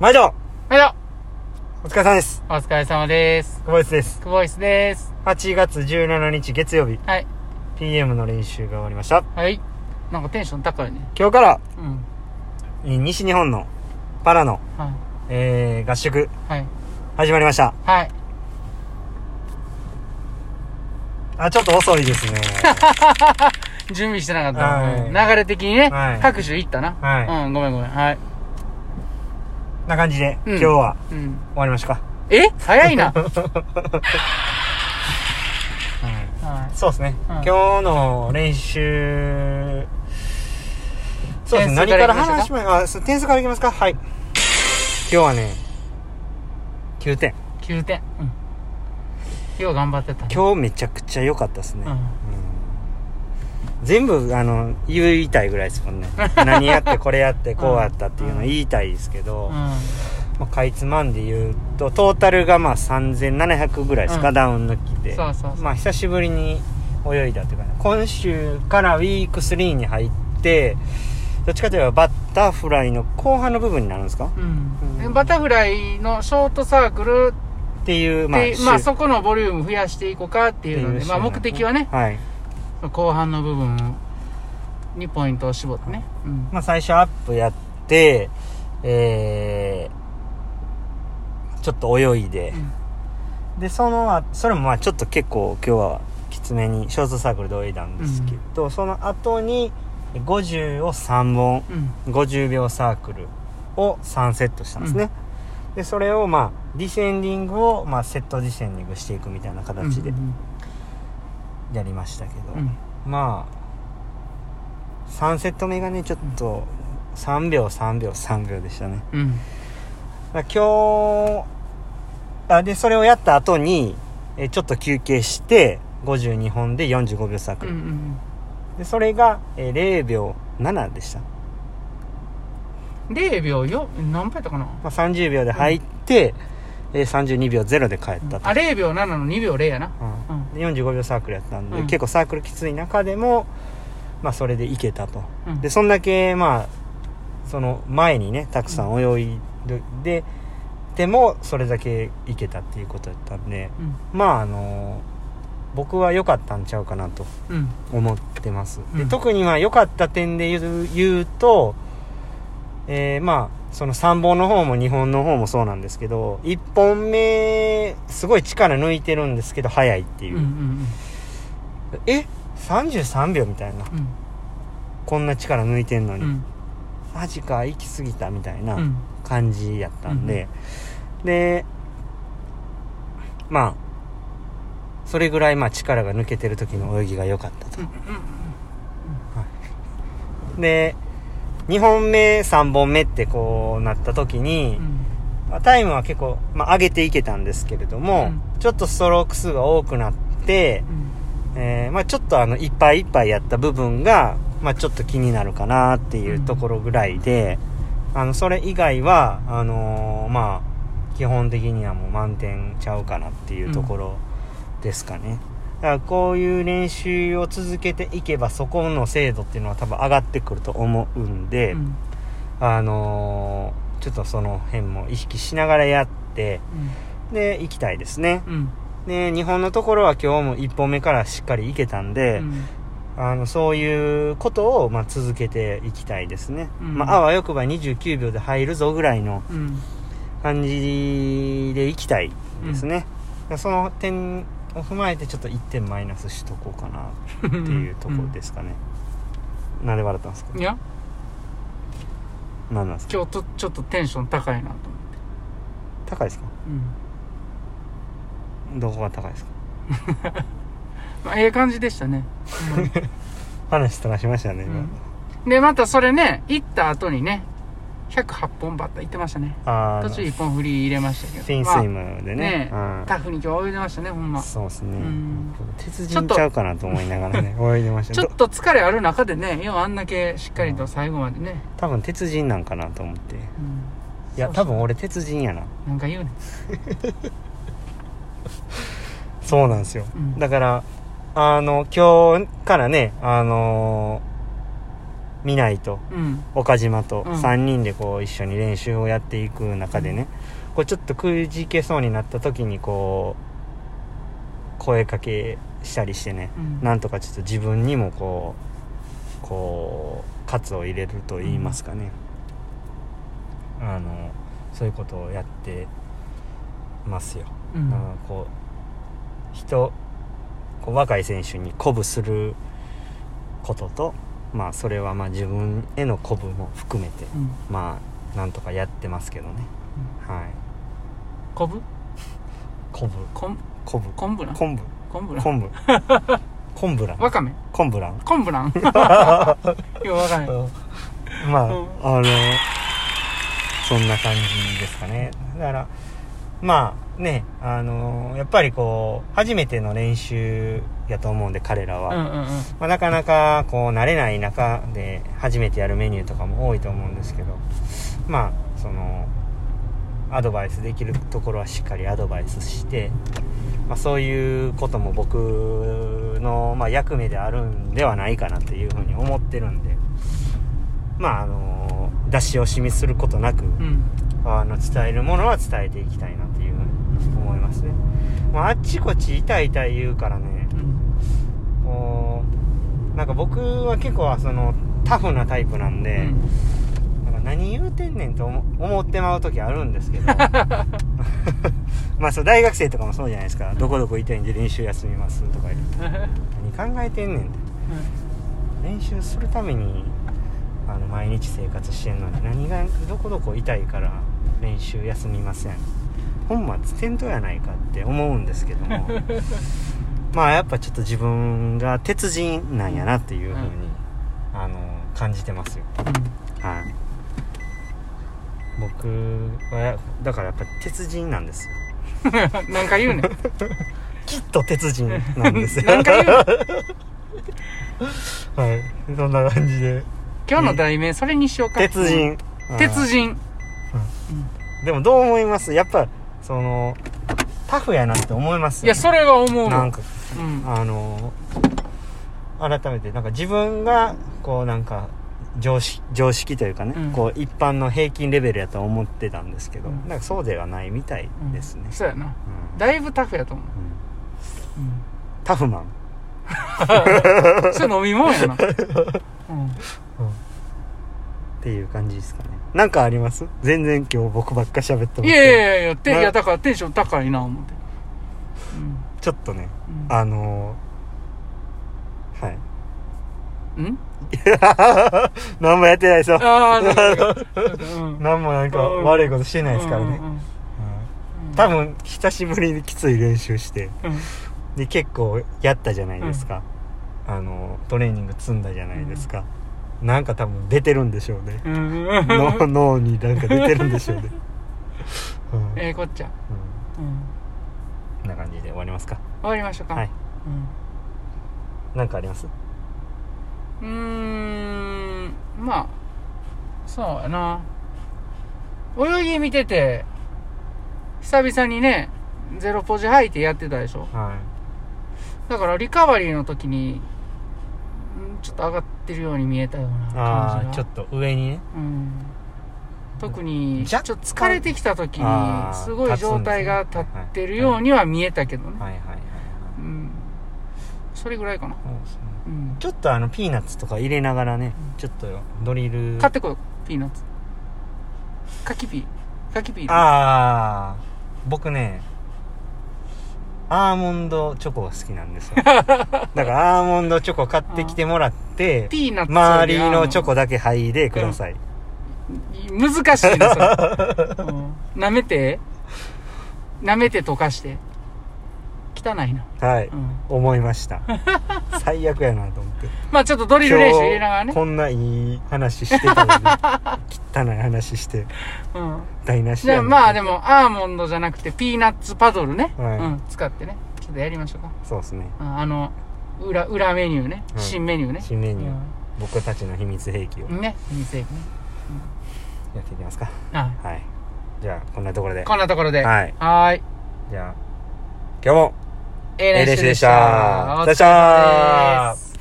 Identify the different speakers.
Speaker 1: 毎度
Speaker 2: はいど
Speaker 1: お疲れ様です。
Speaker 2: お疲れ様です。
Speaker 1: 久保井です。
Speaker 2: クボイスです。
Speaker 1: 8月17日月曜日、
Speaker 2: はい。
Speaker 1: PM の練習が終わりました。
Speaker 2: はい。なんかテンション高いね。
Speaker 1: 今日から、
Speaker 2: うん。
Speaker 1: えー西日本のパラの、
Speaker 2: は
Speaker 1: えー、合宿、
Speaker 2: い。はい。
Speaker 1: 始まりました。
Speaker 2: はい。
Speaker 1: あ、ちょっと遅いです ね。
Speaker 2: 準備してなかった。
Speaker 1: はい
Speaker 2: 流れ的にね、
Speaker 1: はい
Speaker 2: 各種行ったな。
Speaker 1: はい
Speaker 2: うん、ごめんごめん。はい。
Speaker 1: な感じで、
Speaker 2: うん
Speaker 1: 今日は
Speaker 2: うん。
Speaker 1: 終わりましょうか。
Speaker 2: え早 いな。
Speaker 1: はい
Speaker 2: は
Speaker 1: そうですね、
Speaker 2: うん
Speaker 1: 今日の練習、そうですね。
Speaker 2: 点数か
Speaker 1: 何から
Speaker 2: らいきましょうか
Speaker 1: 話しましょうあ、そう点数からいきますかはい。今日はね、9点。
Speaker 2: い。9点。うん。よう頑張ってたね。
Speaker 1: 今日めちゃくちゃ良かったですね、
Speaker 2: う
Speaker 1: うん
Speaker 2: ん。
Speaker 1: 全部あの言いたいぐらいですも んね何やってこれやってこうやったっていうの
Speaker 2: うん
Speaker 1: 言いたいですけど、
Speaker 2: うん。
Speaker 1: まあ、かいつまんで言うとトータルがまあ3700ぐらいですか、
Speaker 2: うん
Speaker 1: ダウン抜きで
Speaker 2: そうそうそう。
Speaker 1: まあ久しぶりに泳いだというか、ね、今週からウィーク3に入ってどっちかといえばバタフライの後半の部分になるんですか
Speaker 2: うん
Speaker 1: う
Speaker 2: で
Speaker 1: ん
Speaker 2: バタフライのショートサークル
Speaker 1: っていうまあ
Speaker 2: で、
Speaker 1: 週
Speaker 2: まあそこのボリューム増やしていこうかっていうの
Speaker 1: ってい
Speaker 2: で、
Speaker 1: う
Speaker 2: まあ
Speaker 1: 週なん
Speaker 2: 目
Speaker 1: ですね
Speaker 2: 的はね、
Speaker 1: はい
Speaker 2: 後半の部分にポイントを絞ってね。うん。
Speaker 1: まあ、最初アップやって、えー、ちょっと泳いで、で、その後、それもまあちょっと結構今日はきつめにショートサークルで泳いだんですけど、その後に50を3本、
Speaker 2: うん。うん
Speaker 1: 50秒サークルを3セットしたんですね。で、それをまあ、ディセンディングをまあセットディセンディングしていくみたいな形で
Speaker 2: うん
Speaker 1: やりましたけど、
Speaker 2: うんうん
Speaker 1: まあ、3セット目がね、ちょっと3秒、3秒、3秒でしたね。
Speaker 2: うん
Speaker 1: だから今日あでそれをやった後にえちょっと休憩して52本で45秒サー
Speaker 2: う
Speaker 1: ク
Speaker 2: ん
Speaker 1: ル、
Speaker 2: うん
Speaker 1: でそれがえ0秒7でした、ま
Speaker 2: うん0秒よ何倍だったかな
Speaker 1: あ、30秒で入って、え32秒0で帰ったと
Speaker 2: あ、0秒7の2秒0やな
Speaker 1: う
Speaker 2: うんん
Speaker 1: で45秒サークルやったんで、
Speaker 2: うん
Speaker 1: 結構サークルきつい中でも、まあ、それでいけたと
Speaker 2: うん
Speaker 1: でそんだけまあその前にねたくさん泳いで、でもそれだけいけたっていうことやったんで、
Speaker 2: うん
Speaker 1: まああの僕は良かったんちゃうかなと
Speaker 2: うん
Speaker 1: 思ってます、
Speaker 2: う
Speaker 1: で
Speaker 2: ん
Speaker 1: 特にまあ良かった点で言う言うと、えーまあその3本の方も2本の方もそうなんですけど1本目すごい力抜いてるんですけど速いって
Speaker 2: う
Speaker 1: い
Speaker 2: ん
Speaker 1: う、
Speaker 2: うんうん
Speaker 1: え33秒みたいな
Speaker 2: うん
Speaker 1: こんな力抜いてんのに、
Speaker 2: うん
Speaker 1: マジか行き過ぎたみたいな、
Speaker 2: うん
Speaker 1: 感じやったんで、でまあそれぐらいまあ力が抜けてる時の泳ぎが良かったと、はいで2本目3本目ってこうなった時に、まあタイムは結構、まあ、上げていけたんですけれども、ちょっとストローク数が多くなって、えーまあ、ちょっとあのいっぱいいっぱいやった部分が、まあ、ちょっと気になるかなっていうところぐらいで、あのそれ以外はあのーまあ、基本的にはもう満点ちゃうかなっていうところですかね。だからこういう練習を続けていけばそこの精度っていうのは多分上がってくると思うんで、
Speaker 2: うんうん
Speaker 1: あのーちょっとその辺も意識しながらやってで行きたいですね
Speaker 2: うん
Speaker 1: で日本のところは今日も1本目からしっかり行けたんで、
Speaker 2: うん
Speaker 1: あのそういうことを、まあ、続けていきたいですね、
Speaker 2: うん
Speaker 1: まああわよくば29秒で入るぞぐらいの
Speaker 2: うん
Speaker 1: 感じでいきたいですね、その点を踏まえてちょっと1点マイナスしとこうかな
Speaker 2: うん
Speaker 1: っていうところですかね、なんで笑ったんですか
Speaker 2: うんいや
Speaker 1: 何なんですか
Speaker 2: 今日とちょっとテンション高いなと思って
Speaker 1: 高いですか
Speaker 2: うん
Speaker 1: どこが高いですか
Speaker 2: まあええ感じでしたね
Speaker 1: 話とらしましたね、
Speaker 2: う
Speaker 1: 今
Speaker 2: んでまたそれね行った後にね108本バッタ行ってましたね
Speaker 1: あー
Speaker 2: 途中1本振り入れましたけど
Speaker 1: フィンスイムでね,、
Speaker 2: まあタフに今日泳いでましたねほん
Speaker 1: うん、
Speaker 2: ま
Speaker 1: そうですね、
Speaker 2: うん
Speaker 1: 鉄人ちゃうかなと思いながら ね泳いでました
Speaker 2: ち
Speaker 1: け
Speaker 2: ょ
Speaker 1: ど
Speaker 2: っと疲れある中でねようあんだけしっかりと最後までね、
Speaker 1: 多分鉄人なんかなと思って
Speaker 2: うん
Speaker 1: いや
Speaker 2: そう
Speaker 1: 多分俺鉄人やな
Speaker 2: なんか言うね
Speaker 1: そうなんですよ、
Speaker 2: うん
Speaker 1: だからあの今日からねあのー見ないと
Speaker 2: うん
Speaker 1: 岡島と
Speaker 2: うん
Speaker 1: 3人でこう一緒に練習をやっていく中でね、こうちょっとくじけそうになった時にこう声かけしたりしてね、
Speaker 2: うん
Speaker 1: なんとかちょっと自分にもこうこう喝を入れると言いますかね、あのそういうことをやってますよ、
Speaker 2: うん
Speaker 1: だからこう人こう若い選手に鼓舞することとまあそれはまあ自分への鼓舞も含めて
Speaker 2: うん
Speaker 1: まあなんとかやってますけどねはい
Speaker 2: 昆布
Speaker 1: 鼓舞
Speaker 2: 昆
Speaker 1: 鼓舞
Speaker 2: 昆布なん
Speaker 1: 昆布
Speaker 2: 昆布なん
Speaker 1: 昆布昆布ラン
Speaker 2: わかめ
Speaker 1: 昆布ラン
Speaker 2: 昆布なんようわからん
Speaker 1: まあ、
Speaker 2: うん
Speaker 1: あのそんな感じですかねだからまあねあのやっぱりこう初めての練習やと思うんで彼らは、
Speaker 2: うんうんう
Speaker 1: ま
Speaker 2: ん
Speaker 1: あ、なかなかこう慣れない中で初めてやるメニューとかも多いと思うんですけどまあそのアドバイスできるところはしっかりアドバイスして、まあ、そういうことも僕の、まあ、役目であるんではないかなというふうに思ってるんでまああの出し惜しみすることなく、
Speaker 2: うん
Speaker 1: あの伝えるものは伝えていきたいなというふうに思いますね。まあ、あっちこっち痛い痛い言うからね、
Speaker 2: うん
Speaker 1: こうなんか僕は結構そのタフなタイプなん
Speaker 2: う
Speaker 1: で、
Speaker 2: ん
Speaker 1: なんか何言うてんねんと思思ってまう時あるんですけ どまあそう大学生とかもそうじゃないですか「どこどこ痛いんで練習休みます」とか言って「何考えてんねん」って練習するためにあの毎日生活してんのに何がどこどこ痛いから練習休みません本末転倒やないかって思うんですけど もまあやっぱちょっと自分が鉄人なんやなっていうふうに、あの感じてますよはい僕はだからやっぱ鉄人なんですよ
Speaker 2: うん なんか言うねん
Speaker 1: きっと鉄人なんですよ
Speaker 2: なんか言うの
Speaker 1: はいそんな感じで
Speaker 2: 今日の題名それにしようか
Speaker 1: 鉄人
Speaker 2: 鉄人
Speaker 1: でもどう思いますやっぱそのタフやなって思います
Speaker 2: いやそれは思う
Speaker 1: な
Speaker 2: も
Speaker 1: ん
Speaker 2: ん
Speaker 1: か
Speaker 2: うん
Speaker 1: あの改めてなんか自分がこうなんか常識常識というかね、
Speaker 2: うん
Speaker 1: こう一般の平均レベルやと思ってたんですけど、
Speaker 2: うん
Speaker 1: なんかそうではないみたいですね、
Speaker 2: そうやな
Speaker 1: うん
Speaker 2: だいぶタフやと思う
Speaker 1: うん
Speaker 2: うん
Speaker 1: タフマン
Speaker 2: それ飲み物やなうん
Speaker 1: っていう感じですかねなんかあります全然今日僕ばっか喋ってますけど
Speaker 2: いやいやいやて
Speaker 1: ない
Speaker 2: やだからテンション高いな思ってうん
Speaker 1: ちょっとね
Speaker 2: うん
Speaker 1: あのーはい
Speaker 2: うん
Speaker 1: 何もやってないですよ
Speaker 2: ああなんかうん
Speaker 1: 何もなんか悪いことしてないですからね、
Speaker 2: うん
Speaker 1: 多分久しぶりにきつい練習して
Speaker 2: うん
Speaker 1: で結構やったじゃないですか、あのトレーニング積んだじゃないですか、なんか多分出てるんでしょうね
Speaker 2: うん
Speaker 1: 脳脳になんか出てるんでしょう ね、うん
Speaker 2: ええこっちゃ
Speaker 1: うん
Speaker 2: うん
Speaker 1: こんな感じで終わりますか
Speaker 2: 終わりましょうか
Speaker 1: はい
Speaker 2: うん
Speaker 1: なんかあります
Speaker 2: うーんまあそうやな泳ぎ見てて久々にねゼロポジ吐いてやってたでしょ
Speaker 1: は
Speaker 2: だからリカバリーの時にうんちょっと上がってるように見えたようない感
Speaker 1: あ
Speaker 2: じが
Speaker 1: あちょっと上にね
Speaker 2: うん特にちょ
Speaker 1: 若
Speaker 2: っ
Speaker 1: 干
Speaker 2: と疲れてきた時
Speaker 1: あー
Speaker 2: にすごい状態が立
Speaker 1: 立つんですね
Speaker 2: ってるようには見えたけどね、
Speaker 1: はいはいはいはい
Speaker 2: うん、それぐらいかな、
Speaker 1: そうですね
Speaker 2: うん、
Speaker 1: ちょっとあのピーナッツとか入れながらねちょっとドリル
Speaker 2: 買ってこようピーナッツカキピーカキピー
Speaker 1: ああ僕ねアーモンドチョコが好きなん ですよだからアーモンドチョコ買ってきてもらって
Speaker 2: ピーナッツよ
Speaker 1: 周
Speaker 2: り
Speaker 1: りのチョコ
Speaker 2: あ
Speaker 1: だけ剥いでください、
Speaker 2: の難しいなそれ、 うん、舐めて舐めて溶かして汚いな、
Speaker 1: はい、
Speaker 2: うん、
Speaker 1: 思いました 最悪やなと思って
Speaker 2: まあちょっとドリル練習入れながら
Speaker 1: 今日
Speaker 2: ね、
Speaker 1: こんないい話してたのに 汚い話して
Speaker 2: うん、
Speaker 1: 台無し
Speaker 2: じ
Speaker 1: や
Speaker 2: ゃあ
Speaker 1: な
Speaker 2: まあでもアーモンドじゃなくてピーナッツパドルね、
Speaker 1: はい
Speaker 2: うん、使ってねちょっとやりましょうか
Speaker 1: そうですね
Speaker 2: うんあの裏裏メニューね、
Speaker 1: はい
Speaker 2: 新メニューね
Speaker 1: 新メニュー、僕たちの秘密兵器を
Speaker 2: うんね店ね
Speaker 1: やっていきますか
Speaker 2: あ
Speaker 1: はいじゃあこんなところで
Speaker 2: こんなところでは
Speaker 1: はい
Speaker 2: ーい
Speaker 1: じゃあ今日も
Speaker 2: A
Speaker 1: 練習でした
Speaker 2: お疲れ様です